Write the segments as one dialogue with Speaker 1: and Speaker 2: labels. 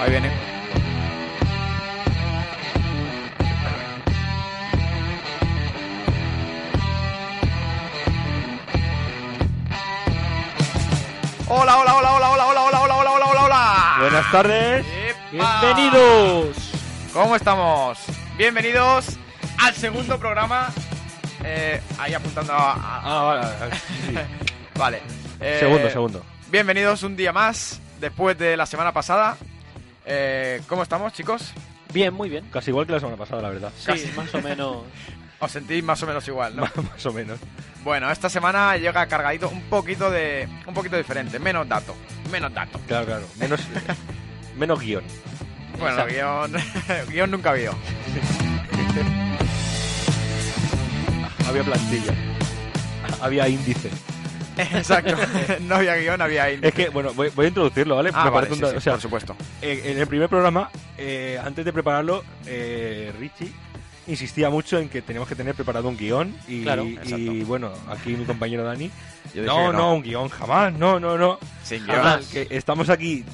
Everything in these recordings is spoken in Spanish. Speaker 1: Ahí viene. Hola, hola, hola, hola, hola, hola, hola, hola, hola, hola, hola, hola.
Speaker 2: Buenas tardes.
Speaker 1: ¡Epa!
Speaker 2: Bienvenidos.
Speaker 1: ¿Cómo estamos? Bienvenidos al segundo programa. Eh, ahí apuntando a. a-
Speaker 2: Ah, vale.
Speaker 1: Vale. Eh,
Speaker 2: Segundo, segundo.
Speaker 1: Bienvenidos un día más después de la semana pasada. Eh, ¿Cómo estamos, chicos?
Speaker 3: Bien, muy bien.
Speaker 2: Casi igual que la semana pasada, la verdad.
Speaker 3: Sí,
Speaker 1: Casi.
Speaker 3: más o menos.
Speaker 1: Os sentís más o menos igual, ¿no?
Speaker 2: Más o menos.
Speaker 1: Bueno, esta semana llega cargadito un poquito de. un poquito diferente. Menos datos. Menos datos.
Speaker 2: Claro, claro. Menos, menos guión.
Speaker 1: Bueno, guión. guión nunca vio.
Speaker 2: Había plantilla. Había índice.
Speaker 1: Exacto. no había guión, había
Speaker 2: Es
Speaker 1: índice.
Speaker 2: que, bueno, voy, voy a introducirlo, ¿vale?
Speaker 1: Ah,
Speaker 2: Me
Speaker 1: vale,
Speaker 2: parece un
Speaker 1: sí,
Speaker 2: da-
Speaker 1: sí,
Speaker 2: o sea,
Speaker 1: por supuesto.
Speaker 2: eh, en el primer programa, eh, antes de prepararlo, eh, Richie insistía mucho en que teníamos que tener preparado un guión. Y,
Speaker 3: Claro.
Speaker 2: y,
Speaker 1: Exacto.
Speaker 2: bueno, aquí mi compañero Dani.
Speaker 1: Yo dije
Speaker 2: no,
Speaker 1: que
Speaker 2: no, un guión jamás. No, no, no.
Speaker 1: Sin guión.
Speaker 3: Jamás.
Speaker 2: Además, que estamos aquí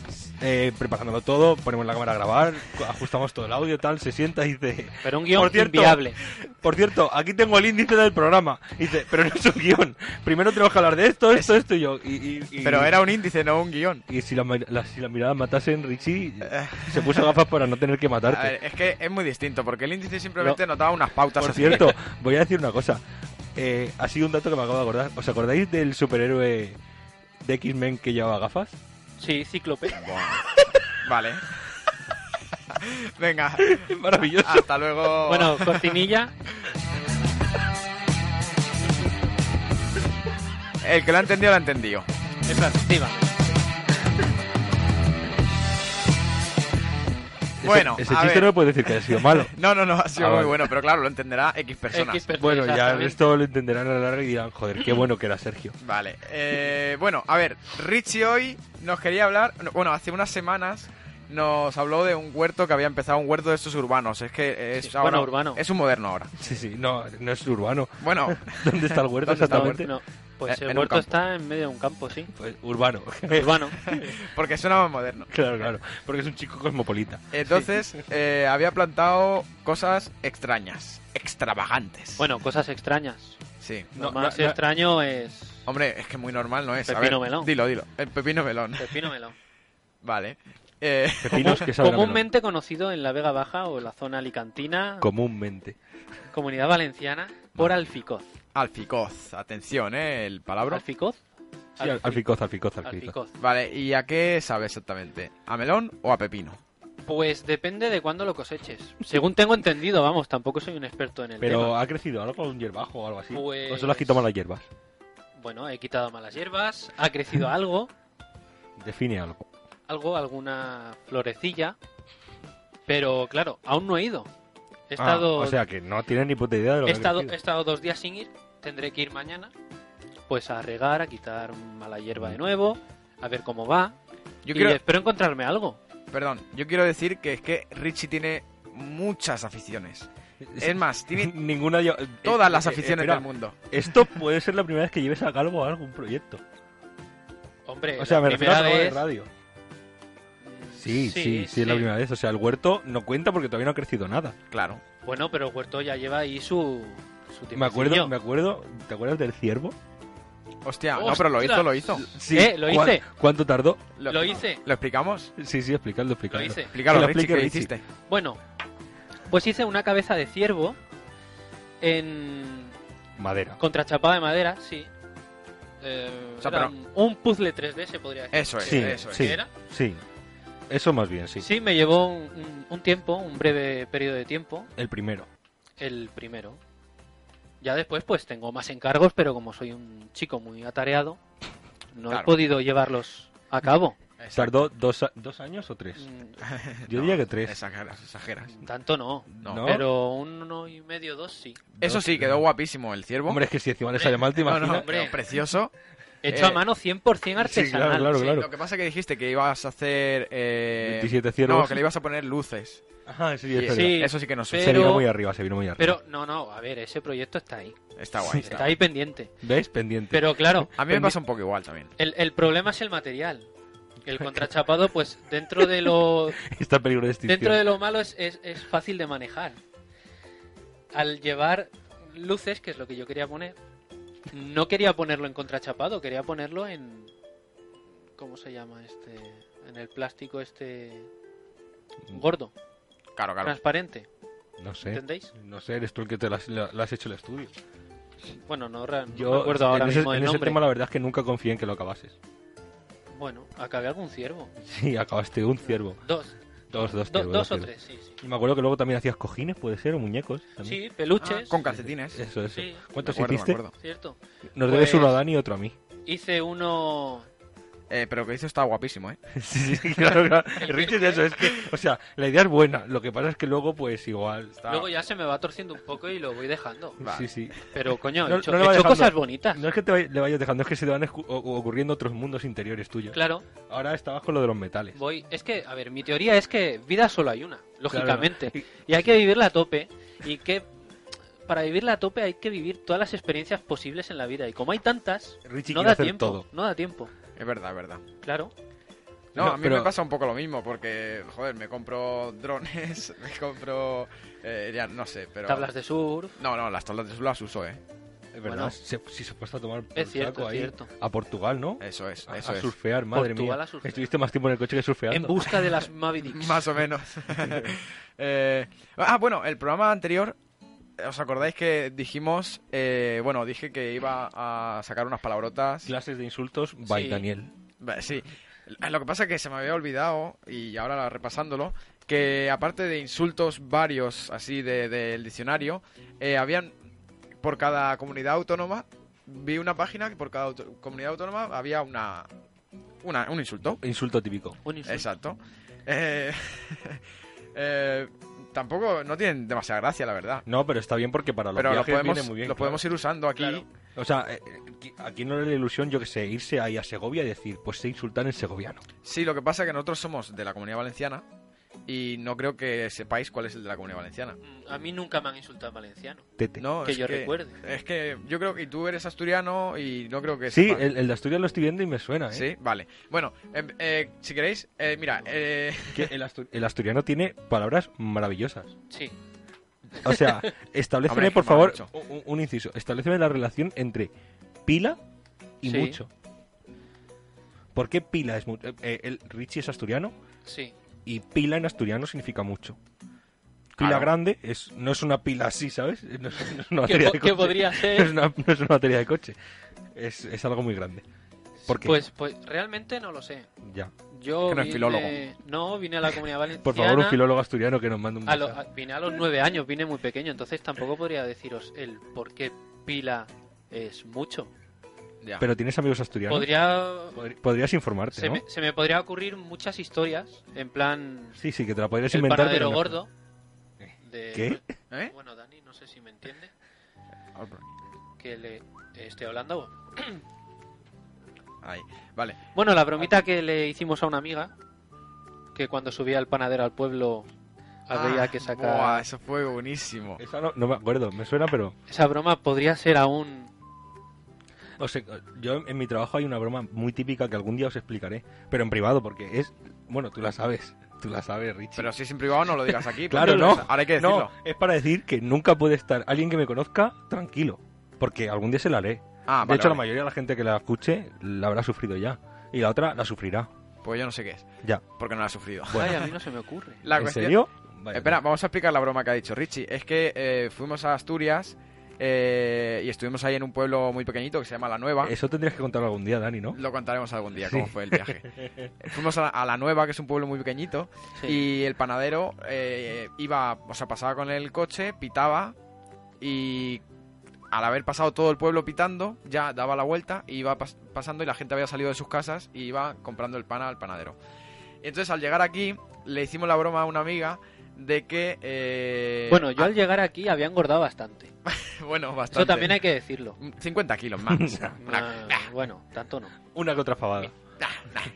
Speaker 2: eh, preparándolo todo, ponemos la cámara a grabar, ajustamos todo el audio, tal, se sienta y dice...
Speaker 3: Pero un guión
Speaker 2: Por cierto.
Speaker 3: inviable.
Speaker 2: Por cierto, aquí tengo el índice del programa. Y dice, pero no es un guión. Primero tenemos que hablar de esto, esto, esto y yo. Y, y- y-
Speaker 1: Pero era un índice, no un guión.
Speaker 2: Y si las la, si las miradas matasen, Richie se puso gafas para no tener que
Speaker 1: A
Speaker 2: matarte.
Speaker 1: ver, es que es muy distinto, porque el índice simplemente nos daba unas pautas.
Speaker 2: Por
Speaker 1: así.
Speaker 2: cierto, voy a decir una cosa. Eh, ha sido un dato que me acabo de acordar. ¿Os acordáis del superhéroe de X-Men que llevaba gafas?
Speaker 3: Sí, cíclope.
Speaker 1: Vale. Venga,
Speaker 2: Es maravilloso.
Speaker 1: hasta luego.
Speaker 3: Bueno, cortinilla.
Speaker 1: El que lo ha entendido, lo ha entendido.
Speaker 3: Efectiva.
Speaker 2: Ese-
Speaker 1: Bueno,
Speaker 2: ese,
Speaker 1: a
Speaker 2: chiste
Speaker 1: ver.
Speaker 2: no puede decir que haya sido malo.
Speaker 1: No, no, no, ha sido
Speaker 2: Ah,
Speaker 1: muy
Speaker 2: vale.
Speaker 1: bueno, pero claro, lo entenderá X personas.
Speaker 3: X persona,
Speaker 2: Bueno, ya
Speaker 3: exactamente.
Speaker 2: esto lo entenderán a la larga y dirán, joder, qué bueno que era Sergio.
Speaker 1: Vale, eh, bueno, a ver, Richie hoy nos quería hablar, bueno, hace unas semanas nos habló de un huerto que había empezado, un huerto de estos urbanos, es que es
Speaker 3: Sí,
Speaker 1: ahora,
Speaker 3: bueno, urbano.
Speaker 1: es un moderno ahora.
Speaker 2: Sí, sí, no, no es urbano.
Speaker 1: Bueno,
Speaker 2: ¿Dónde está el huerto
Speaker 1: ¿Dónde está el
Speaker 2: exactamente?
Speaker 3: No, pues
Speaker 1: Eh, en
Speaker 3: el
Speaker 1: un
Speaker 3: huerto
Speaker 1: campo.
Speaker 3: está en medio de un campo, sí.
Speaker 2: Pues, urbano.
Speaker 3: Urbano.
Speaker 1: porque suena más moderno.
Speaker 2: Claro, claro. Porque es un chico cosmopolita.
Speaker 1: Entonces, eh, había plantado cosas extrañas, extravagantes.
Speaker 3: Bueno, cosas extrañas.
Speaker 1: Sí.
Speaker 2: No,
Speaker 3: Lo más
Speaker 2: no, no.
Speaker 3: extraño es.
Speaker 1: Hombre, es que muy normal no es. a
Speaker 3: Pepino
Speaker 1: ver,
Speaker 3: melón.
Speaker 1: Dilo, dilo. El pepino melón.
Speaker 3: Pepino melón.
Speaker 1: Vale. Eh,
Speaker 2: Pepinos que saben a melón.
Speaker 3: Comúnmente conocido en la Vega Baja o la zona alicantina,
Speaker 2: Comúnmente.
Speaker 3: comunidad valenciana, por alficoz.
Speaker 1: alficoz. Atención, ¿eh? El palabra.
Speaker 3: ¿Alficoz?
Speaker 2: Sí, al- alficoz, alficoz, alficoz.
Speaker 3: Alficoz.
Speaker 1: Vale, ¿y a qué sabe exactamente? ¿A melón o a pepino?
Speaker 3: Pues depende de cuándo lo coseches. Según tengo entendido, vamos, tampoco soy un experto en el
Speaker 2: Pero
Speaker 3: tema.
Speaker 2: ha crecido algo, un hierbajo o algo así.
Speaker 3: Pues-
Speaker 2: O solo has quitado mal las hierbas.
Speaker 3: Bueno, he quitado malas hierbas, ha crecido algo,
Speaker 2: Define algo.
Speaker 3: algo, alguna florecilla, pero claro, aún no he ido. He estado,
Speaker 2: Ah, o sea que no tienes ni puta idea de lo
Speaker 3: he,
Speaker 2: que ha
Speaker 3: estado, he
Speaker 2: crecido.
Speaker 3: estado dos días sin ir, tendré que ir mañana, pues a regar, a quitar mala hierba de nuevo, a ver cómo va,
Speaker 1: Yo
Speaker 3: y
Speaker 1: quiero,
Speaker 3: espero encontrarme algo.
Speaker 1: perdón, yo quiero decir que es que Richie tiene muchas aficiones. Es más, tiene
Speaker 2: Ninguna. lle-
Speaker 1: todas
Speaker 2: Eh,
Speaker 1: las
Speaker 2: eh,
Speaker 1: aficiones
Speaker 2: espera,
Speaker 1: del mundo.
Speaker 2: Esto puede ser la primera vez que lleves a cabo algún proyecto.
Speaker 3: Hombre,
Speaker 2: O sea,
Speaker 3: Eh, la
Speaker 2: me refiero a
Speaker 3: primera
Speaker 2: algo de
Speaker 3: vez-
Speaker 2: radio.
Speaker 3: mm,
Speaker 2: Sí, sí, sí, es la primera vez. O sea, el huerto no cuenta porque todavía no ha crecido nada.
Speaker 1: Claro.
Speaker 3: Bueno, pero el huerto ya lleva ahí su, su
Speaker 2: Me acuerdo,
Speaker 3: tiempecillo.
Speaker 2: me acuerdo, ¿te acuerdas del ciervo?
Speaker 1: Hostia, no, pero lo hizo,
Speaker 3: Ostras.
Speaker 1: lo hizo.
Speaker 2: Sí.
Speaker 3: Eh, lo
Speaker 2: ¿Cuán-
Speaker 3: hice.
Speaker 2: ¿Cuánto tardó?
Speaker 3: Lo hice.
Speaker 1: ¿Lo explicamos?
Speaker 2: Sí, sí, explicadlo, explicadlo.
Speaker 3: hice.
Speaker 1: Explícalo,
Speaker 2: Que lo
Speaker 1: Richie,
Speaker 2: explique
Speaker 1: ¿qué
Speaker 2: Richie.
Speaker 1: hiciste?
Speaker 3: Bueno, pues hice una cabeza de ciervo en
Speaker 2: Madera.
Speaker 3: contrachapada de madera, sí. Eh,
Speaker 1: O sea,
Speaker 3: era
Speaker 1: pero-
Speaker 3: un- un puzzle 3D se podría decir.
Speaker 1: Eso es,
Speaker 2: Sí,
Speaker 1: eso es.
Speaker 2: sí,
Speaker 3: ¿Era?
Speaker 2: sí. Eso más bien, sí.
Speaker 3: Sí, me llevó un, un- un tiempo, un breve periodo de tiempo,
Speaker 2: El primero.
Speaker 3: el primero. Ya después, pues tengo más encargos, pero como soy un chico muy atareado, no he
Speaker 1: Claro.
Speaker 3: podido llevarlos a cabo.
Speaker 1: Exacto.
Speaker 2: ¿Tardó dos, a- dos años o tres?
Speaker 3: Mm,
Speaker 2: Yo
Speaker 1: No,
Speaker 2: diría que tres.
Speaker 1: Exageras, exageras.
Speaker 3: Tanto no,
Speaker 1: No.
Speaker 2: ¿No?
Speaker 3: pero un uno y medio, dos sí.
Speaker 1: Eso sí, quedó guapísimo el ciervo.
Speaker 2: Hombre, es que si encima le sale mal, te
Speaker 1: No, no,
Speaker 2: imaginas.
Speaker 3: hombre.
Speaker 1: quedó precioso.
Speaker 3: Hecho a
Speaker 1: Eh,
Speaker 3: mano 100% artesanal.
Speaker 2: Sí, claro, claro,
Speaker 1: Sí,
Speaker 2: claro.
Speaker 1: Lo que pasa es que dijiste que ibas a hacer. Eh...
Speaker 2: 27 ciervos.
Speaker 1: No, que le ibas a poner luces.
Speaker 2: Ajá, sí,
Speaker 1: Y-
Speaker 2: es verdad.
Speaker 3: Sí,
Speaker 1: Eso sí que no
Speaker 2: Se
Speaker 1: sucede.
Speaker 3: pero-
Speaker 2: vino muy arriba, se vino muy arriba.
Speaker 3: Pero no, no, a ver, ese proyecto está ahí.
Speaker 1: Está guay.
Speaker 3: Está
Speaker 1: está
Speaker 3: ahí pendiente.
Speaker 2: ¿Ves? Pendiente.
Speaker 3: Pero claro,
Speaker 1: A mí me pasa un poco igual también.
Speaker 3: el, el problema es el material. El contrachapado, pues dentro de lo
Speaker 2: Está en peligro de extinción.
Speaker 3: dentro de lo malo es, es- es fácil de manejar. Al llevar luces, que es lo que yo quería poner, no quería ponerlo en contrachapado, quería ponerlo en ¿cómo se llama este? En el plástico este gordo,
Speaker 1: Claro, claro.
Speaker 3: transparente,
Speaker 2: No sé.
Speaker 3: ¿entendéis?
Speaker 2: No sé, eres tú el que te lo has, lo- lo has hecho el estudio.
Speaker 3: Bueno, no, ra- no
Speaker 2: Yo
Speaker 3: me acuerdo ahora
Speaker 2: en ese,
Speaker 3: mismo
Speaker 2: en
Speaker 3: del
Speaker 2: ese
Speaker 3: nombre.
Speaker 2: tema la verdad es que nunca confié en que lo acabases.
Speaker 3: Bueno, acabé algún ciervo.
Speaker 2: Sí, acabaste un ciervo.
Speaker 3: Dos,
Speaker 2: Dos, dos
Speaker 3: do-
Speaker 2: ciervos.
Speaker 3: dos o
Speaker 2: ciervos.
Speaker 3: tres, sí, sí.
Speaker 2: Y me acuerdo que luego también hacías cojines, puede ser, o muñecos. también.
Speaker 3: Sí,
Speaker 1: Ah,
Speaker 3: peluches,
Speaker 1: con calcetines. Me
Speaker 2: Eso, eso.
Speaker 3: Sí.
Speaker 2: ¿Cuántos
Speaker 1: acuerdo, me
Speaker 2: hiciste?
Speaker 1: acuerdo.
Speaker 3: cierto.
Speaker 2: Nos
Speaker 3: Pues-
Speaker 2: debes uno a Dani y otro a mí.
Speaker 3: Hice uno
Speaker 1: Eh, pero que hizo está guapísimo, ¿eh?
Speaker 2: sí, sí, claro, claro. Richie es eso, es que, o sea, la idea es buena. Lo que pasa es que luego, pues igual. está-
Speaker 3: Luego ya se me va torciendo un poco y lo voy dejando.
Speaker 2: Sí, sí.
Speaker 3: Pero coño,
Speaker 2: No-
Speaker 3: he hecho,
Speaker 2: no le
Speaker 3: he
Speaker 2: va
Speaker 3: hecho
Speaker 2: dejando.
Speaker 3: cosas bonitas.
Speaker 2: No es que te vay- le vayas dejando, es que se te van escu- o- ocurriendo otros mundos interiores tuyos.
Speaker 3: Claro,
Speaker 2: Ahora estabas con lo de los metales.
Speaker 3: voy. Es que, a ver, mi teoría es que vida solo hay una, lógicamente.
Speaker 2: Claro.
Speaker 3: Y hay que vivirla a tope. Y que para vivirla a tope hay que vivir todas las experiencias posibles en la vida. Y como hay tantas,
Speaker 2: Richie
Speaker 3: no
Speaker 2: quiere
Speaker 3: da
Speaker 2: hacer
Speaker 3: tiempo.
Speaker 2: todo.
Speaker 3: No da tiempo.
Speaker 1: Es verdad, es verdad.
Speaker 3: Claro.
Speaker 1: No,
Speaker 2: No,
Speaker 1: a mí
Speaker 2: pero-
Speaker 1: me pasa un poco lo mismo, porque, joder, me compro drones, me compro. eh, ya no sé, pero.
Speaker 3: Tablas de surf.
Speaker 1: No, no, las tablas de surf las uso, ¿eh?
Speaker 2: Es verdad,
Speaker 3: Bueno.
Speaker 2: se, si se ha puesto a tomar por
Speaker 3: Es cierto,
Speaker 2: saco
Speaker 3: es
Speaker 2: ahí
Speaker 3: cierto.
Speaker 2: a Portugal, ¿no?
Speaker 1: Eso es,
Speaker 3: Ah,
Speaker 2: A-
Speaker 1: eso
Speaker 2: a
Speaker 1: es.
Speaker 2: surfear, madre
Speaker 3: Portugal
Speaker 2: mía.
Speaker 3: a surfear.
Speaker 2: Estuviste más tiempo en el coche que
Speaker 3: En
Speaker 2: surfeando.
Speaker 3: busca de las Mavi Dicks.
Speaker 1: Más o menos. Eh, ah, bueno, el programa anterior, eh, ¿os acordáis que dijimos, eh, bueno, dije que iba a sacar unas palabrotas?
Speaker 2: Clases de insultos by
Speaker 3: Sí.
Speaker 2: Daniel.
Speaker 1: Bah, Sí. Ah, Lo que pasa es que se me había olvidado, y ahora repasándolo, que aparte de insultos varios así de- del diccionario, eh, habían por cada comunidad autónoma, vi una página que por cada auto- comunidad autónoma había una, una un insulto.
Speaker 2: Insulto típico.
Speaker 3: Un insulto.
Speaker 1: Exacto. Eh, eh, tampoco, no tienen demasiada gracia, la verdad.
Speaker 2: No, pero está bien porque para los
Speaker 1: Pero lo
Speaker 2: viajes
Speaker 1: podemos,
Speaker 2: viene muy bien.
Speaker 1: lo
Speaker 2: claro.
Speaker 1: podemos ir usando aquí.
Speaker 3: Claro.
Speaker 2: O sea, eh, eh, ¿a quién no le da la ilusión, yo que sé, irse ahí a Segovia y decir, pues sé insultar en segoviano?
Speaker 1: Sí, lo que pasa es que nosotros somos de la Comunidad Valenciana y no creo que sepáis cuál es el de la Comunidad Valenciana.
Speaker 3: Mm, A mí nunca me han insultado en valenciano.
Speaker 2: Tete.
Speaker 1: No,
Speaker 3: Que
Speaker 1: es
Speaker 3: yo recuerde.
Speaker 1: Es que yo creo que tú eres asturiano y no creo que
Speaker 2: sí,
Speaker 1: sepa.
Speaker 2: el, el de Asturias lo estoy viendo y me suena, ¿eh?
Speaker 1: Sí, vale. Bueno, em, eh, si queréis, eh, mira, eh,
Speaker 2: Que el, astu- el asturiano tiene palabras maravillosas.
Speaker 3: Sí.
Speaker 2: O sea, estableceme,
Speaker 1: Hombre, es que
Speaker 2: por
Speaker 1: me
Speaker 2: favor,
Speaker 1: lo han
Speaker 2: un, un inciso. Estableceme la relación entre pila y
Speaker 3: Sí.
Speaker 2: mucho. ¿Por qué pila es mucho? Eh, el Richie es asturiano
Speaker 3: Sí.
Speaker 2: y pila en asturiano significa mucho. Pila
Speaker 1: Claro.
Speaker 2: grande es, no es una pila así, ¿sabes? No es, no es una
Speaker 3: ¿Qué
Speaker 2: batería de
Speaker 3: po- qué
Speaker 2: coche.
Speaker 3: podría
Speaker 2: No es
Speaker 3: ser?
Speaker 2: una, no es una batería de coche. Es, es algo muy grande. ¿Por qué?
Speaker 3: Pues, pues realmente no lo sé.
Speaker 2: Ya.
Speaker 3: Yo
Speaker 1: Que no es
Speaker 3: vine-
Speaker 1: filólogo.
Speaker 3: no, vine a la comunidad valenciana.
Speaker 2: Por favor, un filólogo asturiano que nos mande un
Speaker 3: a lo-
Speaker 2: mensaje.
Speaker 3: a- vine a los nueve años, vine muy pequeño, entonces tampoco podría deciros el por qué pila es mucho.
Speaker 1: ya.
Speaker 2: Pero tienes amigos asturianos.
Speaker 3: Podría,
Speaker 2: Podri- Podrías informarte,
Speaker 3: se,
Speaker 2: Pues, ¿no?
Speaker 3: me, se me podría ocurrir muchas historias, en plan
Speaker 2: Sí, sí, que te la podrías
Speaker 3: el
Speaker 2: inventar. pero
Speaker 3: panadero
Speaker 2: no.
Speaker 3: gordo. de-
Speaker 2: ¿Qué?
Speaker 1: ¿Eh?
Speaker 3: Bueno, Dani, no sé si me entiende, que le estoy hablando.
Speaker 1: Ahí. Vale.
Speaker 3: Bueno, la bromita que le hicimos a una amiga, que cuando subía el panadero al pueblo habría
Speaker 1: Ah,
Speaker 3: que sacar...
Speaker 1: buah, eso fue buenísimo.
Speaker 2: Esa no, no me acuerdo, me suena, pero.
Speaker 3: Esa broma podría ser aún...
Speaker 2: O sea, yo en- en mi trabajo hay una broma muy típica que algún día os explicaré, pero en privado, porque es. Bueno, tú la sabes, tú la sabes, Richie.
Speaker 1: Pero si es en privado no lo digas aquí.
Speaker 2: claro,
Speaker 1: porque
Speaker 2: no.
Speaker 1: Ahora hay que decirlo.
Speaker 2: no, es para decir que nunca puede estar alguien que me conozca tranquilo, porque algún día se la haré.
Speaker 1: Ah,
Speaker 2: de
Speaker 1: vale,
Speaker 2: hecho, la
Speaker 1: vale.
Speaker 2: mayoría de la gente que la escuche la habrá sufrido ya, y la otra la sufrirá.
Speaker 1: Pues yo no sé qué es,
Speaker 2: Ya.
Speaker 1: porque no la he sufrido.
Speaker 2: Bueno.
Speaker 3: Ay, a mí no se me ocurre.
Speaker 1: La
Speaker 2: ¿En
Speaker 1: cuestión-
Speaker 2: serio?
Speaker 1: Eh,
Speaker 2: Vaya,
Speaker 1: Espera, vamos a explicar la broma que ha dicho Richie. Es que eh, fuimos a Asturias eh, y estuvimos ahí en un pueblo muy pequeñito que se llama La Nueva.
Speaker 2: Eso tendrías que contarlo algún día, Dani, ¿no?
Speaker 1: Lo contaremos algún día,
Speaker 2: Sí.
Speaker 1: cómo fue el viaje. Fuimos a la, a La Nueva, que es un pueblo muy pequeñito,
Speaker 3: Sí.
Speaker 1: y el panadero eh, iba, o sea, pasaba con el coche, pitaba y al haber pasado todo el pueblo pitando, ya daba la vuelta y iba pas- pasando y la gente había salido de sus casas y iba comprando el pan al panadero. Y entonces al llegar aquí le hicimos la broma a una amiga de que... eh,
Speaker 3: Bueno, yo
Speaker 1: ah,
Speaker 3: al llegar aquí había engordado bastante.
Speaker 1: bueno, bastante.
Speaker 3: Eso también hay que decirlo.
Speaker 1: 50 kilos más. Una-
Speaker 3: Ah, bueno, tanto no.
Speaker 2: Una que otra fabada.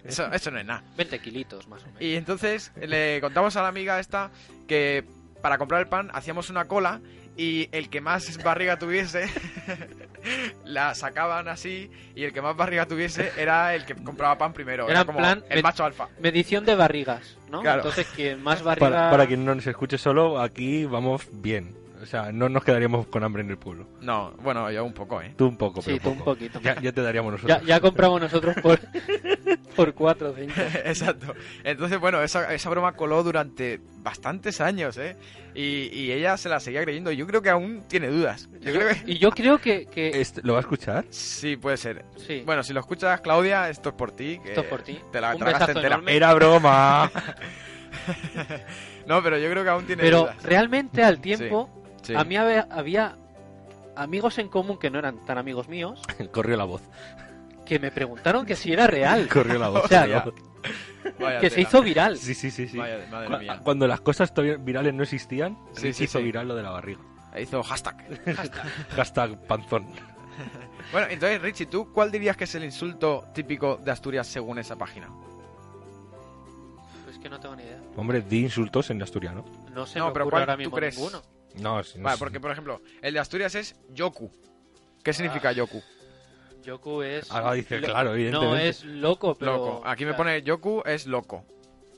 Speaker 1: eso, eso no es nada.
Speaker 3: 20 kilitos más o menos.
Speaker 1: Y entonces le contamos a la amiga esta que para comprar el pan hacíamos una cola y el que más barriga tuviese la sacaban así y el que más barriga tuviese era el que compraba pan primero.
Speaker 3: Era en
Speaker 1: como
Speaker 3: plan-
Speaker 1: el macho alfa.
Speaker 3: Medición de barrigas, ¿no?
Speaker 1: Claro.
Speaker 3: Entonces, quien más barriga...
Speaker 2: Para, para quien no nos escuche solo, aquí vamos bien. O sea, no nos quedaríamos con hambre en el pueblo.
Speaker 1: No, bueno, yo un poco, ¿eh?
Speaker 2: Tú un poco, pero
Speaker 3: Sí, tú un poquito.
Speaker 2: Ya, ya te daríamos
Speaker 3: Ya,
Speaker 2: nosotros.
Speaker 3: ya compramos nosotros por, por 4 o 5.
Speaker 1: Exacto. Entonces, bueno, esa, esa broma coló durante bastantes años, ¿eh? Y, y ella se la seguía creyendo. Yo creo que aún tiene dudas. Yo creo que...
Speaker 3: Y yo creo que... que-
Speaker 2: Este- ¿Lo va a escuchar?
Speaker 1: Sí, puede ser.
Speaker 3: sí,
Speaker 1: Eh, Bueno, si lo escuchas, Claudia, esto es por ti. que
Speaker 3: esto es por ti.
Speaker 1: Te la
Speaker 3: Un
Speaker 1: tragaste
Speaker 3: besazo
Speaker 1: entera.
Speaker 3: enorme.
Speaker 2: Era broma.
Speaker 1: No, pero yo creo que aún tiene
Speaker 3: Pero
Speaker 1: dudas.
Speaker 3: realmente al tiempo,
Speaker 1: Sí.
Speaker 3: a mí habe- había amigos en común que no eran tan amigos míos,
Speaker 2: Corrió la voz.
Speaker 3: que me preguntaron que si era real.
Speaker 2: Corrió la voz.
Speaker 3: O sea,
Speaker 2: ya.
Speaker 1: Vaya
Speaker 3: Que se
Speaker 1: tela.
Speaker 3: hizo viral.
Speaker 2: Sí, sí, sí. sí.
Speaker 1: Vaya, madre
Speaker 2: Cu-
Speaker 1: mía.
Speaker 2: Cuando las cosas todavía virales no existían,
Speaker 1: Sí,
Speaker 2: sí,
Speaker 1: sí,
Speaker 2: hizo
Speaker 1: sí.
Speaker 2: viral lo de la barriga.
Speaker 1: Hizo hashtag.
Speaker 2: Hashtag panzón.
Speaker 1: Bueno, entonces, Richie, ¿tú cuál dirías que es el insulto típico de Asturias según esa página?
Speaker 3: Es que no tengo ni idea.
Speaker 2: Hombre, di insultos en asturiano.
Speaker 3: No se
Speaker 1: No,
Speaker 3: me
Speaker 1: pero
Speaker 3: ocurre
Speaker 1: ¿cuál
Speaker 3: ahora
Speaker 1: tú
Speaker 3: mismo
Speaker 1: crees?
Speaker 3: ninguno.
Speaker 2: No, es- no
Speaker 1: Vale,
Speaker 2: es-
Speaker 1: porque, por ejemplo, el de Asturias es Yoku. ¿Qué
Speaker 3: Ah,
Speaker 1: significa Yoku?
Speaker 3: Yoku es...
Speaker 2: Ahora dice,
Speaker 3: lo-
Speaker 2: claro,
Speaker 3: No,
Speaker 2: evidentemente.
Speaker 3: es loco, pero...
Speaker 1: Loco. Aquí me
Speaker 3: claro,
Speaker 1: pone Yoku es loco.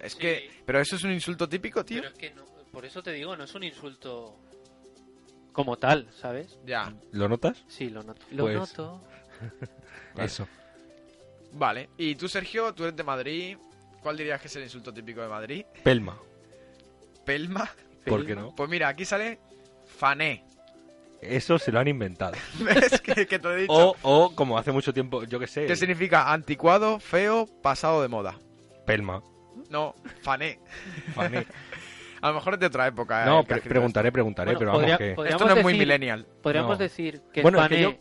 Speaker 1: Es
Speaker 3: Sí.
Speaker 1: que... Pero eso es un insulto típico, tío.
Speaker 3: Pero es que no- por eso te digo, no es un insulto como tal, ¿sabes?
Speaker 1: Ya.
Speaker 2: ¿Lo notas?
Speaker 3: Sí, lo noto. Lo
Speaker 2: Pues-
Speaker 3: noto.
Speaker 1: Claro.
Speaker 2: Eso.
Speaker 1: Vale. Y tú, Sergio, tú eres de Madrid. ¿Cuál dirías que es el insulto típico de Madrid?
Speaker 2: Pelma.
Speaker 1: ¿Pelma?
Speaker 2: ¿Por qué no?
Speaker 1: Pues mira, aquí sale Fané.
Speaker 2: Eso se lo han inventado.
Speaker 1: ¿Ves que, que te he dicho?
Speaker 3: Oh,
Speaker 2: O, o, como hace mucho tiempo, yo que sé,
Speaker 1: ¿Qué significa anticuado, feo, pasado de moda?
Speaker 2: Pelma.
Speaker 1: No, fané.
Speaker 2: Fanny.
Speaker 1: A lo mejor es de otra época. eh, que
Speaker 2: No,
Speaker 1: ha
Speaker 2: pre-
Speaker 1: escrito
Speaker 2: preguntaré, preguntaré,
Speaker 3: Bueno,
Speaker 2: pero
Speaker 3: podría-
Speaker 2: vamos que...
Speaker 1: esto.
Speaker 3: podríamos
Speaker 1: Esto no es muy
Speaker 3: decir-
Speaker 1: millennial.
Speaker 3: Podríamos
Speaker 2: No.
Speaker 3: decir que
Speaker 2: Bueno, es
Speaker 3: Pane
Speaker 2: que yo...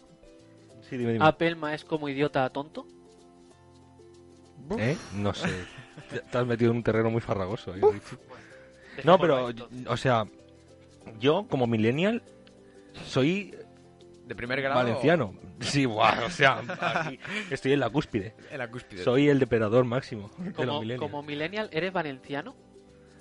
Speaker 2: Sí, dime,
Speaker 1: Ah,
Speaker 2: dime.
Speaker 3: a Pelma es como idiota a tonto.
Speaker 2: ¿Eh? No sé. Te- Te has metido en un terreno muy farragoso. ahí, Richie.
Speaker 3: Dejémoslo
Speaker 2: No, pero,
Speaker 3: ahí, entonces.
Speaker 2: o sea, yo como millennial soy
Speaker 1: De primer grado.
Speaker 2: valenciano. Sí, guau, o sea, aquí estoy en la cúspide.
Speaker 1: En la cúspide.
Speaker 2: Soy el depredador máximo de los
Speaker 3: Como,
Speaker 2: millennials.
Speaker 3: como millennial, ¿eres valenciano?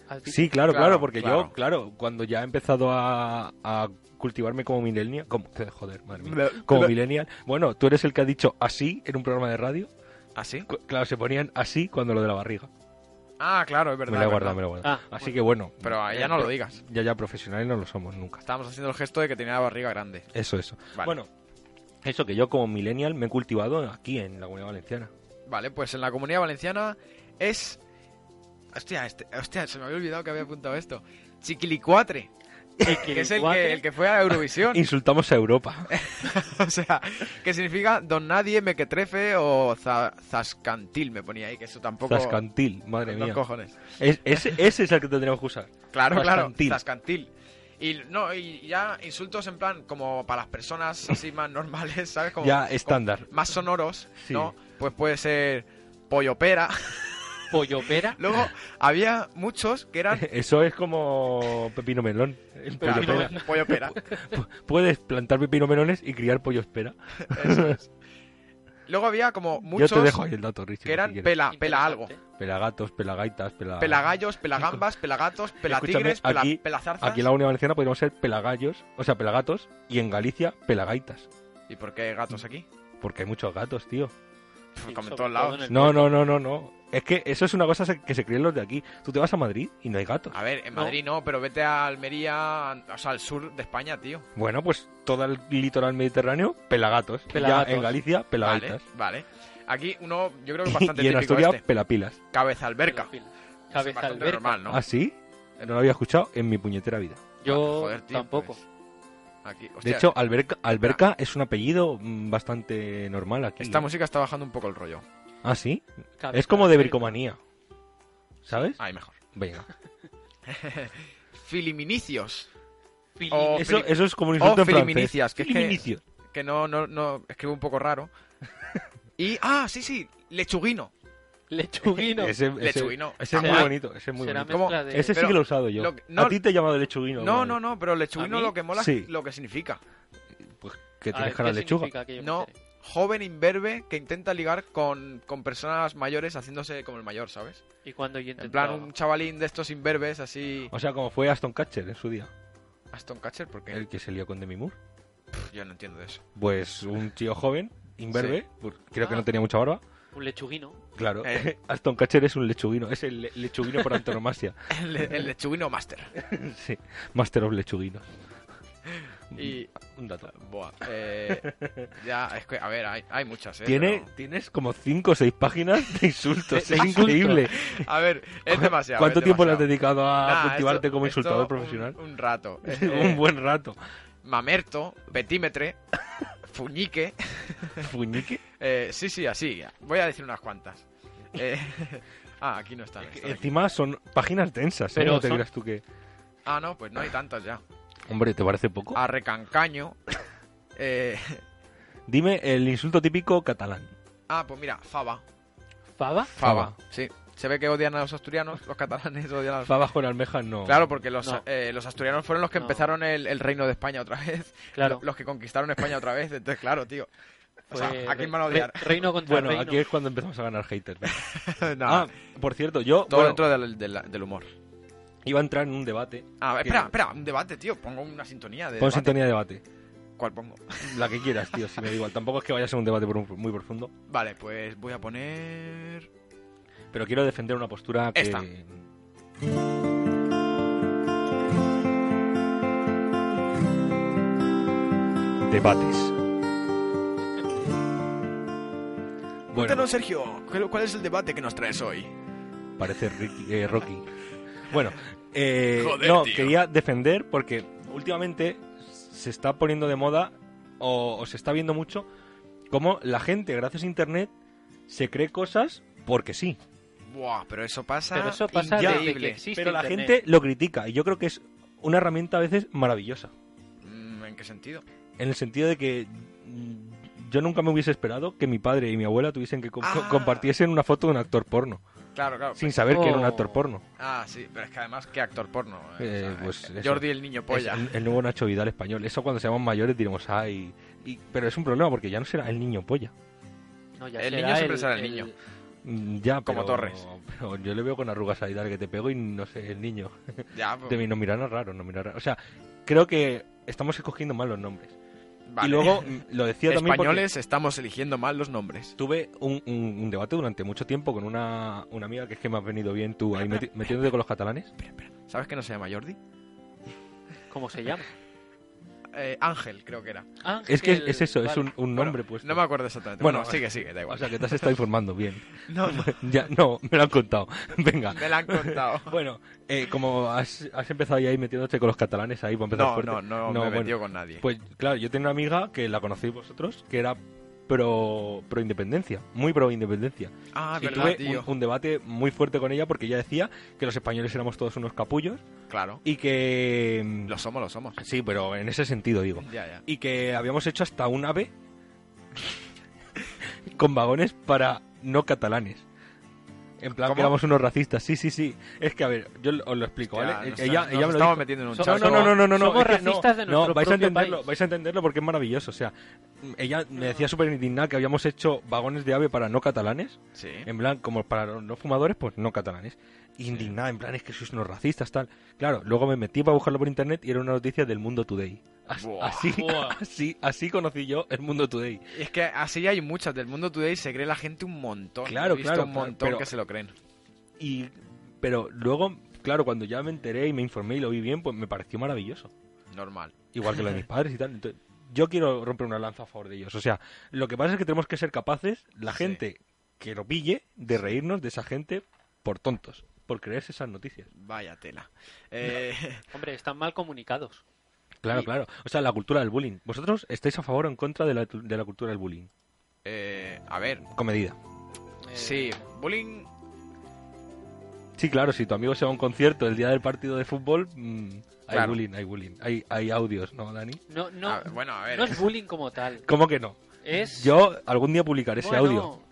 Speaker 3: Has dicho-
Speaker 2: Sí, claro, claro,
Speaker 1: Claro,
Speaker 2: porque
Speaker 1: claro.
Speaker 2: yo, claro, cuando ya he empezado a, a cultivarme como millennial, como, joder, madre mía, como millennial, bueno, tú eres el que ha dicho así en un programa de radio,
Speaker 1: ¿Así?
Speaker 2: Cu- claro, se ponían así cuando lo de la barriga.
Speaker 1: Ah, claro, es verdad.
Speaker 2: me lo he
Speaker 1: es
Speaker 2: guardado, me
Speaker 1: verdad.
Speaker 2: lo he guardado.
Speaker 3: Ah,
Speaker 2: así
Speaker 3: bueno.
Speaker 2: que bueno. eh,
Speaker 1: Pero ahí ya no lo digas.
Speaker 2: Ya, ya profesionales no lo somos nunca.
Speaker 1: Estábamos haciendo el gesto de que tenía la barriga grande.
Speaker 2: Eso, eso.
Speaker 1: Vale.
Speaker 2: Bueno, eso que yo como millennial me he cultivado aquí en la Comunidad Valenciana.
Speaker 1: Vale, pues en la comunidad valenciana es. Hostia, este- hostia, se me había olvidado que había apuntado esto. Chiquilicuatre, que es el que, el que fue a Eurovisión.
Speaker 2: Insultamos a Europa.
Speaker 1: o sea, que significa Don Nadie, Mequetrefe o za- Zascantil, me ponía ahí, que eso tampoco.
Speaker 2: Zascantil, madre
Speaker 1: Con
Speaker 2: mía.
Speaker 1: dos cojones.
Speaker 2: Es- ese, ese es el que tendríamos que usar.
Speaker 1: Claro,
Speaker 2: Zascantil.
Speaker 1: claro. Zascantil. Y no, y ya insultos en plan como para las personas así más normales, ¿sabes? Como,
Speaker 2: ya
Speaker 1: como
Speaker 2: estándar.
Speaker 1: más sonoros,
Speaker 2: Sí.
Speaker 1: ¿no? Pues puede ser pollo pera.
Speaker 3: pollo pera.
Speaker 1: Luego había muchos que eran
Speaker 2: Eso es como pepino melón. El pollo
Speaker 1: Claro,
Speaker 2: pera.
Speaker 1: pollo pera.
Speaker 2: Pu- Puedes plantar pepino melones y criar pollos pera.
Speaker 1: Eso es. Luego había como muchos
Speaker 2: Yo te dejo ahí el dato, Richie.
Speaker 1: que eran
Speaker 2: si quieres.
Speaker 1: pela, Ah, pela algo.
Speaker 3: Interesante.
Speaker 2: pelagatos, pelagaitas, pela...
Speaker 1: Pelagallos, pelagambas, pelagatos, pelatigres,
Speaker 2: Escúchame,
Speaker 1: pela,
Speaker 2: aquí-
Speaker 1: pelazarzas.
Speaker 2: Aquí en la Unión Valenciana podríamos ser pelagallos, o sea, pelagatos, y en Galicia, pelagaitas.
Speaker 1: ¿Y por qué gatos aquí?
Speaker 2: Porque hay muchos gatos, tío.
Speaker 1: Pff, como
Speaker 3: Sí,
Speaker 1: en
Speaker 3: sobre
Speaker 1: todos
Speaker 3: todo
Speaker 1: lados.
Speaker 3: en el
Speaker 2: No, no,
Speaker 3: pueblo.
Speaker 2: no, no, no. Es que eso es una cosa se- que se creen los de aquí. Tú te vas a Madrid y no hay gatos.
Speaker 1: A ver, en
Speaker 3: No.
Speaker 1: Madrid no, pero vete a Almería, o sea, al sur de España, tío.
Speaker 2: Bueno, pues todo el litoral mediterráneo, pelagatos.
Speaker 3: Pelagatos.
Speaker 2: Ya en Galicia,
Speaker 1: Vale,
Speaker 2: pelagaitas.
Speaker 1: vale. Aquí uno, yo creo que es
Speaker 2: Y-
Speaker 1: bastante
Speaker 2: y en
Speaker 1: típico
Speaker 2: Asturias,
Speaker 1: este.
Speaker 2: pelapilas.
Speaker 1: Cabeza alberca.
Speaker 3: Pela-
Speaker 1: Es
Speaker 3: Cabeza
Speaker 1: bastante
Speaker 3: alberca.
Speaker 1: normal, ¿no?
Speaker 2: ¿Ah, sí? No lo había escuchado en mi puñetera vida.
Speaker 3: Yo
Speaker 1: Joder, tío,
Speaker 3: tampoco.
Speaker 1: pues. Aquí,
Speaker 2: De
Speaker 1: hostia,
Speaker 2: hecho, Alberca, Alberca es un apellido mm, bastante normal aquí. ¿eh?
Speaker 1: esta música está bajando un poco el rollo.
Speaker 2: Ah, sí.
Speaker 3: Cabeza
Speaker 2: Es como de
Speaker 3: alberca.
Speaker 2: bricomanía. ¿Sabes?
Speaker 1: Ah. Ahí mejor.
Speaker 2: Venga.
Speaker 1: Filiminicios.
Speaker 3: Fili-
Speaker 1: O-
Speaker 2: Eso,
Speaker 1: Fili-
Speaker 2: eso es como un
Speaker 1: o
Speaker 2: insulto en
Speaker 1: filiminicias,
Speaker 2: francés.
Speaker 1: oh, que es que-
Speaker 2: Filiminicios.
Speaker 1: Que no, no, no, escribo un poco raro. Y, ah, sí, sí, lechuguino.
Speaker 3: Lechuguino.
Speaker 2: Ese, ese-
Speaker 1: Lechuguino.
Speaker 2: ese es
Speaker 1: Será-
Speaker 2: muy bonito, ese es muy
Speaker 3: Será
Speaker 2: bonito.
Speaker 1: ¿Cómo?
Speaker 3: mezcla de...
Speaker 2: Ese sí
Speaker 1: Pero
Speaker 2: que lo he usado yo.
Speaker 1: lo que- no-
Speaker 2: a ti te he llamado lechuguino.
Speaker 1: No,
Speaker 2: alguna
Speaker 1: no,
Speaker 2: vez.
Speaker 1: no, pero lechuguino
Speaker 3: ¿A mí?
Speaker 1: lo que mola es
Speaker 2: Sí.
Speaker 1: lo que significa.
Speaker 2: Pues que
Speaker 1: Ah,
Speaker 3: A ver,
Speaker 2: tienes cara
Speaker 3: ¿qué
Speaker 2: de lechuga.
Speaker 3: significa que yo me
Speaker 1: No,
Speaker 3: entere?
Speaker 1: joven imberbe que intenta ligar con, con personas mayores haciéndose como el mayor, ¿sabes?
Speaker 3: Y cuando yo
Speaker 1: En
Speaker 3: intentaba...
Speaker 1: plan, un chavalín de estos imberbes así...
Speaker 2: O sea, como fue Aston Catcher en su día.
Speaker 1: Aston Catcher, porque
Speaker 2: El que se lió con Demi Moore.
Speaker 1: pff, yo no entiendo de eso.
Speaker 2: Pues un tío joven, imberbe, pues, creo que
Speaker 3: Ah.
Speaker 2: no tenía mucha barba.
Speaker 3: un lechuguino.
Speaker 2: Claro,
Speaker 1: Eh.
Speaker 2: Aston Catcher es un lechuguino, es el le- lechuguino por antonomasia.
Speaker 1: El, el lechuguino master.
Speaker 2: sí, Master of Lechuguinos.
Speaker 1: Y...
Speaker 2: Un dato.
Speaker 1: Buah, eh, ya, es que, a ver, hay, hay muchas, ¿eh?
Speaker 2: Tiene,
Speaker 1: pero-
Speaker 2: Tienes como 5 o 6 páginas de insultos,
Speaker 3: De-
Speaker 2: es
Speaker 3: de insultos.
Speaker 2: increíble.
Speaker 1: A ver, es demasiado.
Speaker 2: ¿Cuánto
Speaker 1: es
Speaker 2: tiempo le has
Speaker 1: demasiado.
Speaker 2: dedicado a
Speaker 1: Nah,
Speaker 2: cultivarte
Speaker 1: esto-
Speaker 2: como
Speaker 1: esto
Speaker 2: insultador
Speaker 1: un-
Speaker 2: profesional?
Speaker 1: Un, rato. Eh,
Speaker 2: un buen rato.
Speaker 1: Mamerto, petímetre, fuñique.
Speaker 2: Fuñique.
Speaker 1: eh, sí, sí, así. Voy a decir unas cuantas. Eh, ah, aquí no están. están aquí.
Speaker 2: Encima son páginas densas, ¿eh?
Speaker 3: Pero
Speaker 2: no te
Speaker 3: son-
Speaker 2: creas tú que...
Speaker 1: Ah, no, pues no hay tantas ya.
Speaker 2: Hombre, ¿te parece poco?
Speaker 1: A recancaño. eh,
Speaker 2: Dime el insulto típico catalán.
Speaker 1: ah, pues mira, fava. Fava,
Speaker 3: ¿Fava?
Speaker 2: Fava.
Speaker 1: sí. Se ve que odian a los asturianos, los catalanes odian a los...
Speaker 2: Fava con almejas no.
Speaker 1: Claro, porque los,
Speaker 3: No.
Speaker 1: eh, los asturianos fueron los que
Speaker 3: No.
Speaker 1: empezaron el, el reino de España otra vez.
Speaker 3: Claro.
Speaker 1: lo- Los que conquistaron España otra vez. Entonces, claro, tío. O sea,
Speaker 3: Fue
Speaker 1: ¿a quién
Speaker 3: pues, re-
Speaker 1: van a odiar?
Speaker 3: re- Reino contra
Speaker 2: Bueno,
Speaker 3: reino.
Speaker 2: aquí es cuando empezamos a ganar haters.
Speaker 1: No,
Speaker 2: Ah, por cierto, yo
Speaker 1: todo
Speaker 2: bueno,
Speaker 1: dentro del, del- del humor.
Speaker 2: iba a entrar en un debate.
Speaker 1: Ah,
Speaker 2: que-
Speaker 1: espera, espera, un debate, tío. Pongo una sintonía de.
Speaker 2: Pon
Speaker 1: debate.
Speaker 2: sintonía de debate.
Speaker 1: ¿Cuál pongo?
Speaker 2: La que quieras, tío, si me da igual. Tampoco es que vaya a ser un debate por- muy profundo.
Speaker 1: Vale, pues voy a poner.
Speaker 2: Pero quiero defender una postura que.
Speaker 1: Esta.
Speaker 2: Debates. Bueno,
Speaker 1: Cuéntanos, Sergio, ¿cuál, cuál es el debate que nos traes hoy?
Speaker 2: parece Ricky- eh, Rocky. Bueno, eh,
Speaker 1: Joder,
Speaker 2: no,
Speaker 1: tío.
Speaker 2: quería defender porque últimamente se está poniendo de moda o, o se está viendo mucho cómo la gente, gracias a Internet, se cree cosas porque sí.
Speaker 1: Buah, pero eso pasa.
Speaker 3: Pero eso pasa
Speaker 2: ya-
Speaker 3: desde que
Speaker 1: increíble.
Speaker 3: existe
Speaker 2: pero la
Speaker 3: Internet.
Speaker 2: gente lo critica y yo creo que es una herramienta a veces maravillosa.
Speaker 1: Mm, ¿En qué sentido?
Speaker 2: En el sentido de que mm, yo nunca me hubiese esperado que mi padre y mi abuela tuviesen que co-
Speaker 1: Ah.
Speaker 2: compartiesen una foto de un actor porno,
Speaker 1: Claro, claro.
Speaker 2: sin saber que era un
Speaker 3: Oh.
Speaker 2: actor porno.
Speaker 1: Ah, sí, pero es que además, ¿qué actor porno?
Speaker 2: Eh,
Speaker 1: O sea,
Speaker 2: pues
Speaker 1: eh,
Speaker 2: eso.
Speaker 1: Jordi el niño
Speaker 2: Es
Speaker 1: polla.
Speaker 2: el, el nuevo Nacho Vidal español. Eso cuando seamos mayores diremos, ay. y- pero es un problema porque ya no será el niño polla.
Speaker 3: No, ya
Speaker 1: El
Speaker 3: será
Speaker 1: niño siempre será el niño.
Speaker 2: Mm, Ya,
Speaker 1: Como
Speaker 2: pero-
Speaker 1: Torres.
Speaker 2: pero yo le veo con arrugas a Vidal que te pego y no sé, el niño.
Speaker 1: Ya, pues,
Speaker 2: De mí, no mirará raro, no mirará raro. O sea, creo que estamos escogiendo mal los nombres.
Speaker 1: vale.
Speaker 2: Y luego mm, lo decía también porque
Speaker 1: Españoles estamos eligiendo mal los nombres.
Speaker 2: tuve un, un- un debate durante mucho tiempo con una, una amiga que es que me has venido bien tú ahí meti- metiéndote con los catalanes.
Speaker 1: ¿Sabes que no se llama Jordi?
Speaker 3: ¿Cómo se llama?
Speaker 1: Eh, Ángel, creo que era.
Speaker 2: Es que es,
Speaker 3: Ángel,
Speaker 2: es eso, es
Speaker 3: vale.
Speaker 2: un, un nombre
Speaker 1: Bueno,
Speaker 2: puesto.
Speaker 1: No me acuerdo exactamente. Bueno,
Speaker 2: Bueno,
Speaker 1: sigue, sigue, da igual.
Speaker 2: O sea, que te has estado informando bien.
Speaker 1: no, no,
Speaker 2: Ya, no, me lo han contado. Venga.
Speaker 1: me la han contado.
Speaker 2: Bueno, eh, como has, has empezado ya ahí metiéndote con los catalanes ahí para empezar
Speaker 1: No,
Speaker 2: fuerte.
Speaker 1: no, no, me he
Speaker 2: bueno,
Speaker 1: metido con nadie.
Speaker 2: Pues claro, yo tenía una amiga que la conocéis vosotros, que era pro, pro independencia, muy pro independencia.
Speaker 1: ah,
Speaker 2: y
Speaker 1: verdad,
Speaker 2: tuve
Speaker 1: tío.
Speaker 2: un, un debate muy fuerte con ella porque ella decía que los españoles éramos todos unos capullos
Speaker 1: Claro.
Speaker 2: y que... mm,
Speaker 1: Lo somos, lo somos.
Speaker 2: Sí, pero en ese sentido digo.
Speaker 1: Ya, ya.
Speaker 2: Y que habíamos hecho hasta un ave con vagones para no catalanes. En plan,
Speaker 1: ¿Cómo?
Speaker 2: que éramos unos racistas. Sí, sí, sí. Es que, a ver, yo os lo explico,
Speaker 1: Ya,
Speaker 2: ¿vale? Eh,
Speaker 1: nos-
Speaker 2: ella
Speaker 1: nos
Speaker 2: ella me lo
Speaker 1: estamos
Speaker 2: dijo.
Speaker 1: metiendo en un
Speaker 3: No,
Speaker 2: No,
Speaker 1: charco.
Speaker 2: no, no, no, no, no, no,
Speaker 3: Somos
Speaker 2: es que no,
Speaker 3: racistas de
Speaker 2: no,
Speaker 3: nuestro
Speaker 2: vais a
Speaker 3: propio
Speaker 2: entenderlo,
Speaker 3: país.
Speaker 2: vais a entenderlo porque es maravilloso, o sea, ella me decía súper indignada que habíamos hecho vagones de ave para no catalanes,
Speaker 1: Sí.
Speaker 2: en plan, como para los no fumadores, pues no catalanes. Indignada, en plan, es que sois unos racistas, tal. Claro, luego me metí para buscarlo por internet y era una noticia del Mundo Today. As-
Speaker 1: Buah.
Speaker 2: Así,
Speaker 3: Buah.
Speaker 2: así, así conocí yo el Mundo Today.
Speaker 1: Y es que así hay muchas. Del mundo today se cree la gente un montón.
Speaker 2: Claro,
Speaker 1: He visto
Speaker 2: claro,
Speaker 1: un
Speaker 2: claro,
Speaker 1: montón
Speaker 2: pero-
Speaker 1: que se lo creen.
Speaker 2: Y, pero luego, claro, cuando ya me enteré y me informé y lo vi bien, pues me pareció maravilloso.
Speaker 1: Normal.
Speaker 2: igual que lo de mis padres y tal. Entonces, yo quiero romper una lanza a favor de ellos. O sea, lo que pasa es que tenemos que ser capaces, la
Speaker 1: Sí.
Speaker 2: gente que lo pille, de reírnos de esa gente por tontos, por creerse esas noticias.
Speaker 1: Vaya tela. Eh,
Speaker 3: Hombre, están mal comunicados.
Speaker 2: Claro,
Speaker 1: Y-
Speaker 2: claro. O sea, la cultura del bullying. ¿Vosotros estáis a favor o en contra de la, de la cultura del bullying?
Speaker 1: eh, a ver,
Speaker 2: Con medida.
Speaker 3: Eh,
Speaker 1: sí. Bullying.
Speaker 2: Sí, claro, si tu amigo se va a un concierto el día del partido de fútbol, mm, hay
Speaker 1: Claro.
Speaker 2: bullying, hay bullying. Hay, hay audios, ¿no, Dani?
Speaker 3: Eh, No, no,
Speaker 1: A ver, Ah, bueno, a ver. eh.
Speaker 3: no es bullying como tal.
Speaker 2: ¿Cómo que no?
Speaker 3: Es.
Speaker 2: Yo algún día publicaré ese
Speaker 3: bueno,
Speaker 2: audio.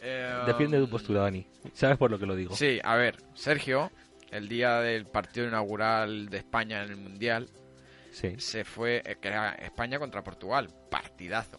Speaker 1: eh,
Speaker 2: Depende de tu postura, Dani. ¿Sabes por lo que lo digo?
Speaker 1: Sí, a ver, Sergio, el día del partido inaugural de España en el Mundial,
Speaker 2: Sí.
Speaker 1: se fue, eh, que era España contra Portugal, partidazo.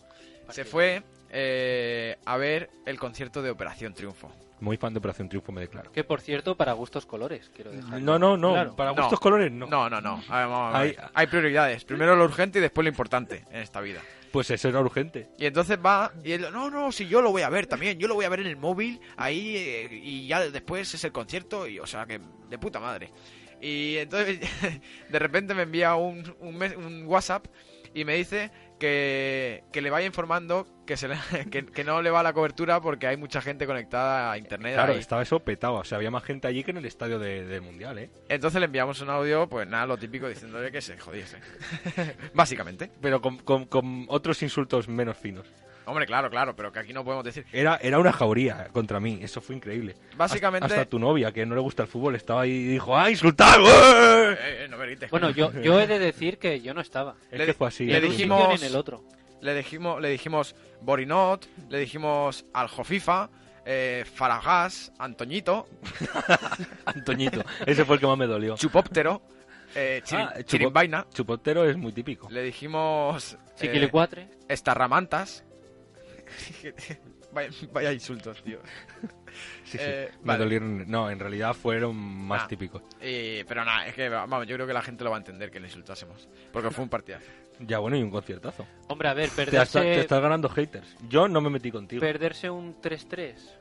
Speaker 1: Se fue eh, a ver el concierto de Operación Triunfo.
Speaker 2: Muy fan de Operación Triunfo, me declaro.
Speaker 3: Que por cierto, para gustos colores, quiero dejar.
Speaker 2: No, no, no.
Speaker 3: Claro.
Speaker 2: Para
Speaker 1: No.
Speaker 2: gustos colores, no.
Speaker 1: No, no, no. A ver, vamos a ver.
Speaker 2: Hay-
Speaker 1: Hay, prioridades. Primero lo urgente y después lo importante en esta vida.
Speaker 2: Pues eso era urgente.
Speaker 1: Y entonces va y él, no, no, si yo lo voy a ver también, yo lo voy a ver en el móvil, ahí eh, y ya después es el concierto y o sea que de puta madre. Y entonces de repente me envía un, un, mes- un WhatsApp y me dice que, que le vaya informando que, se le- que, que no le va la cobertura porque hay mucha gente conectada a internet.
Speaker 2: Claro,
Speaker 1: ahí.
Speaker 2: estaba eso petado. O sea, había más gente allí que en el estadio de- del Mundial, ¿eh?
Speaker 1: Entonces le enviamos un audio, pues nada, lo típico diciéndole que se jodiese. Básicamente.
Speaker 2: Pero con, con- con otros insultos menos finos.
Speaker 1: Hombre, claro, claro, pero que aquí no podemos decir.
Speaker 2: Era, era una jauría contra mí. Eso fue increíble.
Speaker 1: Básicamente-
Speaker 2: Hasta, hasta tu novia, que no le gusta el fútbol, estaba ahí y dijo ¡Ah, insultar! ¡Ué!".
Speaker 1: Eh, eh, no me grites.
Speaker 3: Bueno, yo, yo he de decir que yo no estaba.
Speaker 2: Es
Speaker 1: Le-
Speaker 2: que fue así. eh,
Speaker 1: le
Speaker 2: es que-
Speaker 3: en un
Speaker 1: dijimos- eh,
Speaker 3: sitio ni en el otro.
Speaker 1: Le dijimos, le dijimos Borinot, le dijimos Al Jofifa, eh, Faragas, Antoñito,
Speaker 2: Antoñito. Ese fue el que más me dolió.
Speaker 1: Chupóptero, eh, Chirim-
Speaker 2: Ah, chupo-
Speaker 1: Chirimbaina,
Speaker 2: Chupotero es muy típico.
Speaker 1: le dijimos eh,
Speaker 3: Chiquilicuatre.
Speaker 1: Estarramantas. vaya, vaya insultos, tío.
Speaker 2: Sí, sí.
Speaker 1: eh,
Speaker 2: me
Speaker 1: vale.
Speaker 2: dolieron. No, en realidad fueron más
Speaker 1: Ah.
Speaker 2: típicos.
Speaker 1: Eh, pero nada, es que vamos, yo creo que la gente lo va a entender que le insultásemos. Porque fue un partidazo.
Speaker 2: Ya bueno, y un conciertazo.
Speaker 3: Hombre, a ver,
Speaker 2: Te, has-
Speaker 3: perderse,
Speaker 2: te estás ganando haters. Yo no me metí contigo.
Speaker 3: perderse un 3-3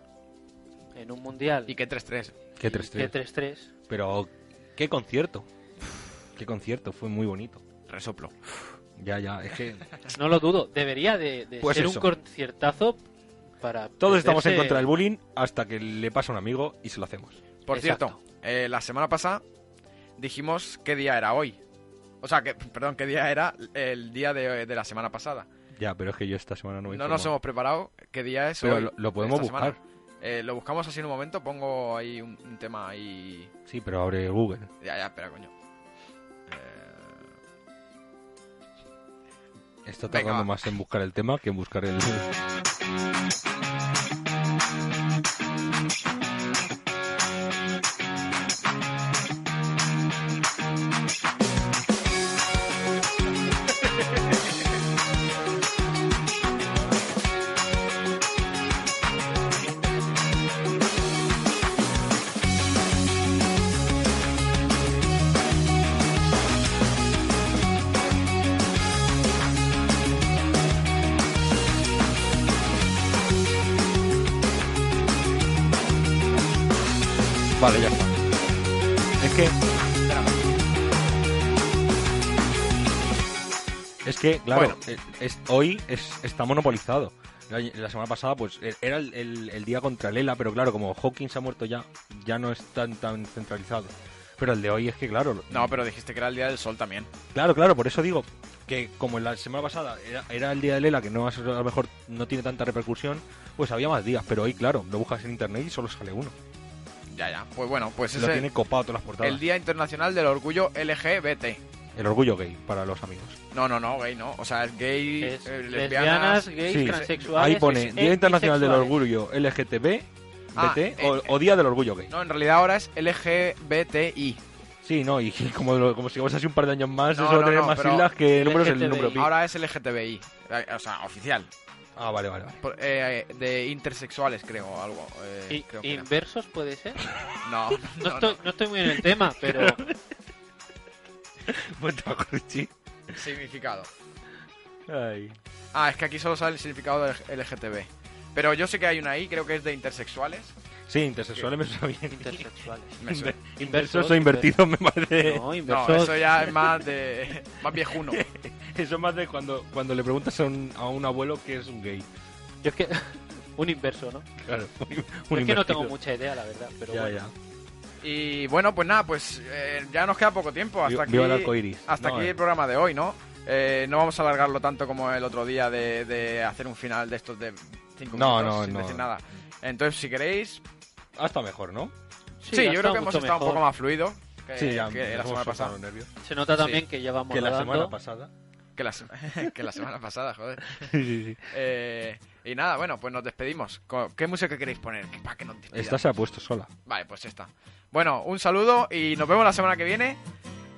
Speaker 3: en un mundial.
Speaker 1: Y que 3-3.
Speaker 2: Qué
Speaker 3: y
Speaker 2: 3-3.
Speaker 3: que 3-3.
Speaker 2: Pero qué concierto. Qué concierto, fue muy bonito.
Speaker 1: Resoplo.
Speaker 2: Ya, ya, es que
Speaker 3: No lo dudo. Debería de, de
Speaker 2: Pues
Speaker 3: ser
Speaker 2: eso.
Speaker 3: un conciertazo para.
Speaker 2: todos estamos en
Speaker 3: perderse-
Speaker 2: contra del bullying hasta que le pasa a un amigo y se lo hacemos.
Speaker 1: Por
Speaker 3: Exacto.
Speaker 1: cierto, eh, la semana pasada dijimos qué día era hoy. O sea, que, perdón, qué día era el día de, de la semana pasada.
Speaker 2: Ya, pero es que yo esta semana no he
Speaker 1: No
Speaker 2: informado.
Speaker 1: nos hemos preparado qué día es
Speaker 2: Pero
Speaker 1: hoy,
Speaker 2: lo- lo podemos
Speaker 1: esta semana.
Speaker 2: buscar.
Speaker 1: Eh, lo buscamos así en un momento, pongo ahí un, un tema ahí...
Speaker 2: Sí, pero abre Google.
Speaker 1: Ya, ya, espera, coño. Eh,
Speaker 2: Está
Speaker 1: Venga,
Speaker 2: tardando
Speaker 1: va.
Speaker 2: más en buscar el tema que en buscar el. Vale, ya está. Es que. Es que, claro,
Speaker 1: Bueno.
Speaker 2: eh, es- hoy es- está monopolizado. La, la semana pasada, pues, eh, era el, el- el día contra Lela, pero claro, como Hawkins ha muerto ya, ya no es tan, tan centralizado. Pero el de hoy es que, claro,
Speaker 1: No, pero dijiste que era el día del sol también.
Speaker 2: Claro, claro, por eso digo que como la semana pasada era, era el día de Lela, que no es- a lo mejor no tiene tanta repercusión, pues había más días, pero hoy, claro, lo buscas en internet y solo sale uno.
Speaker 1: Ya, ya. Pues bueno, pues es
Speaker 2: lo
Speaker 1: el-
Speaker 2: tiene copado todas las portadas.
Speaker 1: el
Speaker 2: El,
Speaker 1: Día Internacional del Orgullo LGBT.
Speaker 2: orgullo gay para los amigos.
Speaker 1: No, no, no, gay no. O sea, es gay,
Speaker 3: Es-
Speaker 1: eh,
Speaker 3: lesbianas, gays,
Speaker 2: Sí,
Speaker 3: transexuales.
Speaker 2: Ahí pone
Speaker 3: es-
Speaker 2: Día Internacional del
Speaker 3: bisexuales.
Speaker 2: Orgullo LGTB,
Speaker 1: Ah,
Speaker 2: BT,
Speaker 1: eh,
Speaker 2: o,
Speaker 1: eh.
Speaker 2: o Día del Orgullo Gay.
Speaker 1: No, en realidad ahora es LGBTI.
Speaker 2: Sí, no, y, y como, lo- como sigamos así un par de años más,
Speaker 1: No,
Speaker 2: eso va a
Speaker 1: no,
Speaker 2: tener
Speaker 1: no,
Speaker 2: más
Speaker 1: pero
Speaker 2: siglas que números el
Speaker 3: LGTBI.
Speaker 2: número pi.
Speaker 1: Ahora es LGTBI. eh, O sea, oficial.
Speaker 2: Ah, vale, vale, vale.
Speaker 1: Por- eh, de intersexuales, creo, o algo. eh,
Speaker 3: I-
Speaker 1: creo que era.
Speaker 3: ¿Inversos puede ser?
Speaker 1: No,
Speaker 3: No,
Speaker 1: no,
Speaker 3: estoy, no estoy muy en el tema, pero
Speaker 2: Buen trabajo, Pues Richie.
Speaker 1: no. Significado.
Speaker 2: Ay.
Speaker 1: Ah, es que aquí solo sale el significado de LGTB. Pero yo sé que hay una I, creo que es de intersexuales.
Speaker 2: Sí, intersexuales me suena bien.
Speaker 3: intersexuales.
Speaker 1: Me suena.
Speaker 2: Inversos o invertidos me parece.
Speaker 3: No,
Speaker 1: No,
Speaker 3: inversos.
Speaker 1: eso ya es más de. más viejuno.
Speaker 2: Eso es más de cuando, cuando le preguntas a un, a un abuelo que es un gay.
Speaker 3: Yo es que. Un inverso, ¿no?
Speaker 2: Claro.
Speaker 3: Yo es que no tengo mucha idea, la verdad. Pero
Speaker 2: Ya,
Speaker 3: bueno.
Speaker 2: ya.
Speaker 1: Y bueno, pues nada, pues eh, ya nos queda poco tiempo. Hasta
Speaker 2: Viva-
Speaker 1: aquí,
Speaker 2: viva el arcoiris.
Speaker 1: Hasta
Speaker 2: No,
Speaker 1: aquí
Speaker 2: eh.
Speaker 1: el programa de hoy, ¿no? Eh, no vamos a alargarlo tanto como el otro día de, de hacer un final de estos de 5
Speaker 2: No,
Speaker 1: minutos
Speaker 2: no,
Speaker 1: sin
Speaker 2: no.
Speaker 1: decir nada. Entonces, si queréis,
Speaker 2: Hasta mejor, ¿no?
Speaker 1: Sí, yo creo que hemos estado un poco más fluidos que,
Speaker 2: Sí, ya
Speaker 1: Eh, que la semana
Speaker 2: nos hemos soltado
Speaker 1: pasada.
Speaker 2: los nervios.
Speaker 3: Se nota también que llevamos
Speaker 2: Que la
Speaker 3: rodando.
Speaker 2: semana pasada.
Speaker 1: Que la, se- que la semana pasada, joder.
Speaker 2: Sí, sí, sí.
Speaker 1: Eh, y nada, bueno, pues nos despedimos. Co- ¿Qué música queréis poner? Que pa' que nos despidamos.
Speaker 2: Esta se ha puesto sola.
Speaker 1: Vale, pues esta. Bueno, un saludo y nos vemos la semana que viene.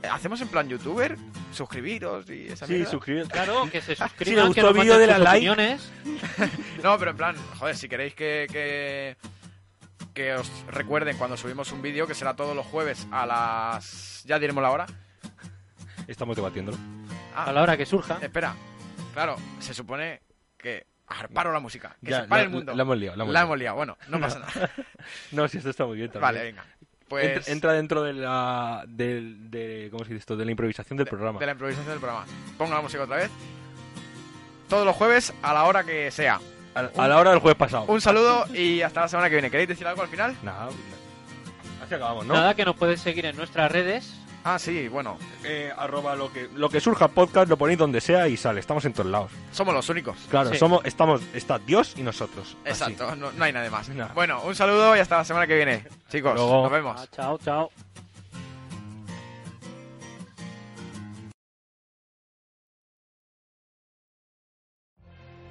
Speaker 1: Eh, ¿Hacemos en plan youtuber? Suscribiros y esa mierda?
Speaker 2: suscribir.
Speaker 3: Claro, que se
Speaker 2: le
Speaker 3: suscriban,
Speaker 2: gustó
Speaker 3: que
Speaker 2: el
Speaker 3: nos
Speaker 2: vídeo de
Speaker 3: manden
Speaker 2: la
Speaker 3: sus
Speaker 2: like.
Speaker 3: opiniones.
Speaker 1: No, pero en plan, joder, si queréis que, que, que os recuerden cuando subimos un vídeo, que será todos los jueves a las... Ya diremos la hora.
Speaker 2: Estamos debatiéndolo.
Speaker 1: Ah,
Speaker 3: A la hora que surja.
Speaker 1: Espera, claro, se supone que... Arparo la música, que se
Speaker 2: Ya,
Speaker 1: pare
Speaker 2: la,
Speaker 1: el mundo.
Speaker 2: la hemos liado. La hemos
Speaker 1: La
Speaker 2: liado.
Speaker 1: hemos liado, bueno, no pasa nada.
Speaker 2: No, si esto está muy bien también.
Speaker 1: Vale, venga. Pues...
Speaker 2: entra, entra dentro de la, del- de, ¿cómo se dice esto? de la improvisación del
Speaker 1: de-
Speaker 2: programa.
Speaker 1: De la improvisación del programa. Ponga la música otra vez. Todos los jueves a la hora que sea.
Speaker 2: A, a la hora del jueves pasado.
Speaker 1: Un saludo y hasta la semana que viene. ¿Queréis decir algo al final?
Speaker 2: Nada, así acabamos, ¿no?
Speaker 3: Nada, que nos puedes seguir en nuestras redes.
Speaker 1: Ah, sí, bueno.
Speaker 2: Eh, arroba lo que, lo que surja podcast, lo ponéis donde sea y sale. Estamos en todos lados.
Speaker 1: Somos los únicos.
Speaker 2: Claro,
Speaker 3: Sí.
Speaker 2: somos, estamos, está Dios y nosotros. Así.
Speaker 1: Exacto, no, no hay nadie más.
Speaker 2: No.
Speaker 1: Bueno, un saludo y hasta la semana que viene. Chicos,
Speaker 2: Luego.
Speaker 1: nos vemos.
Speaker 3: Ah, chao, chao.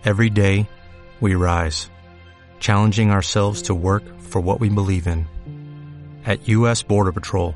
Speaker 4: Every day, we rise, challenging ourselves to work for what we believe in. At U.S. Border Patrol,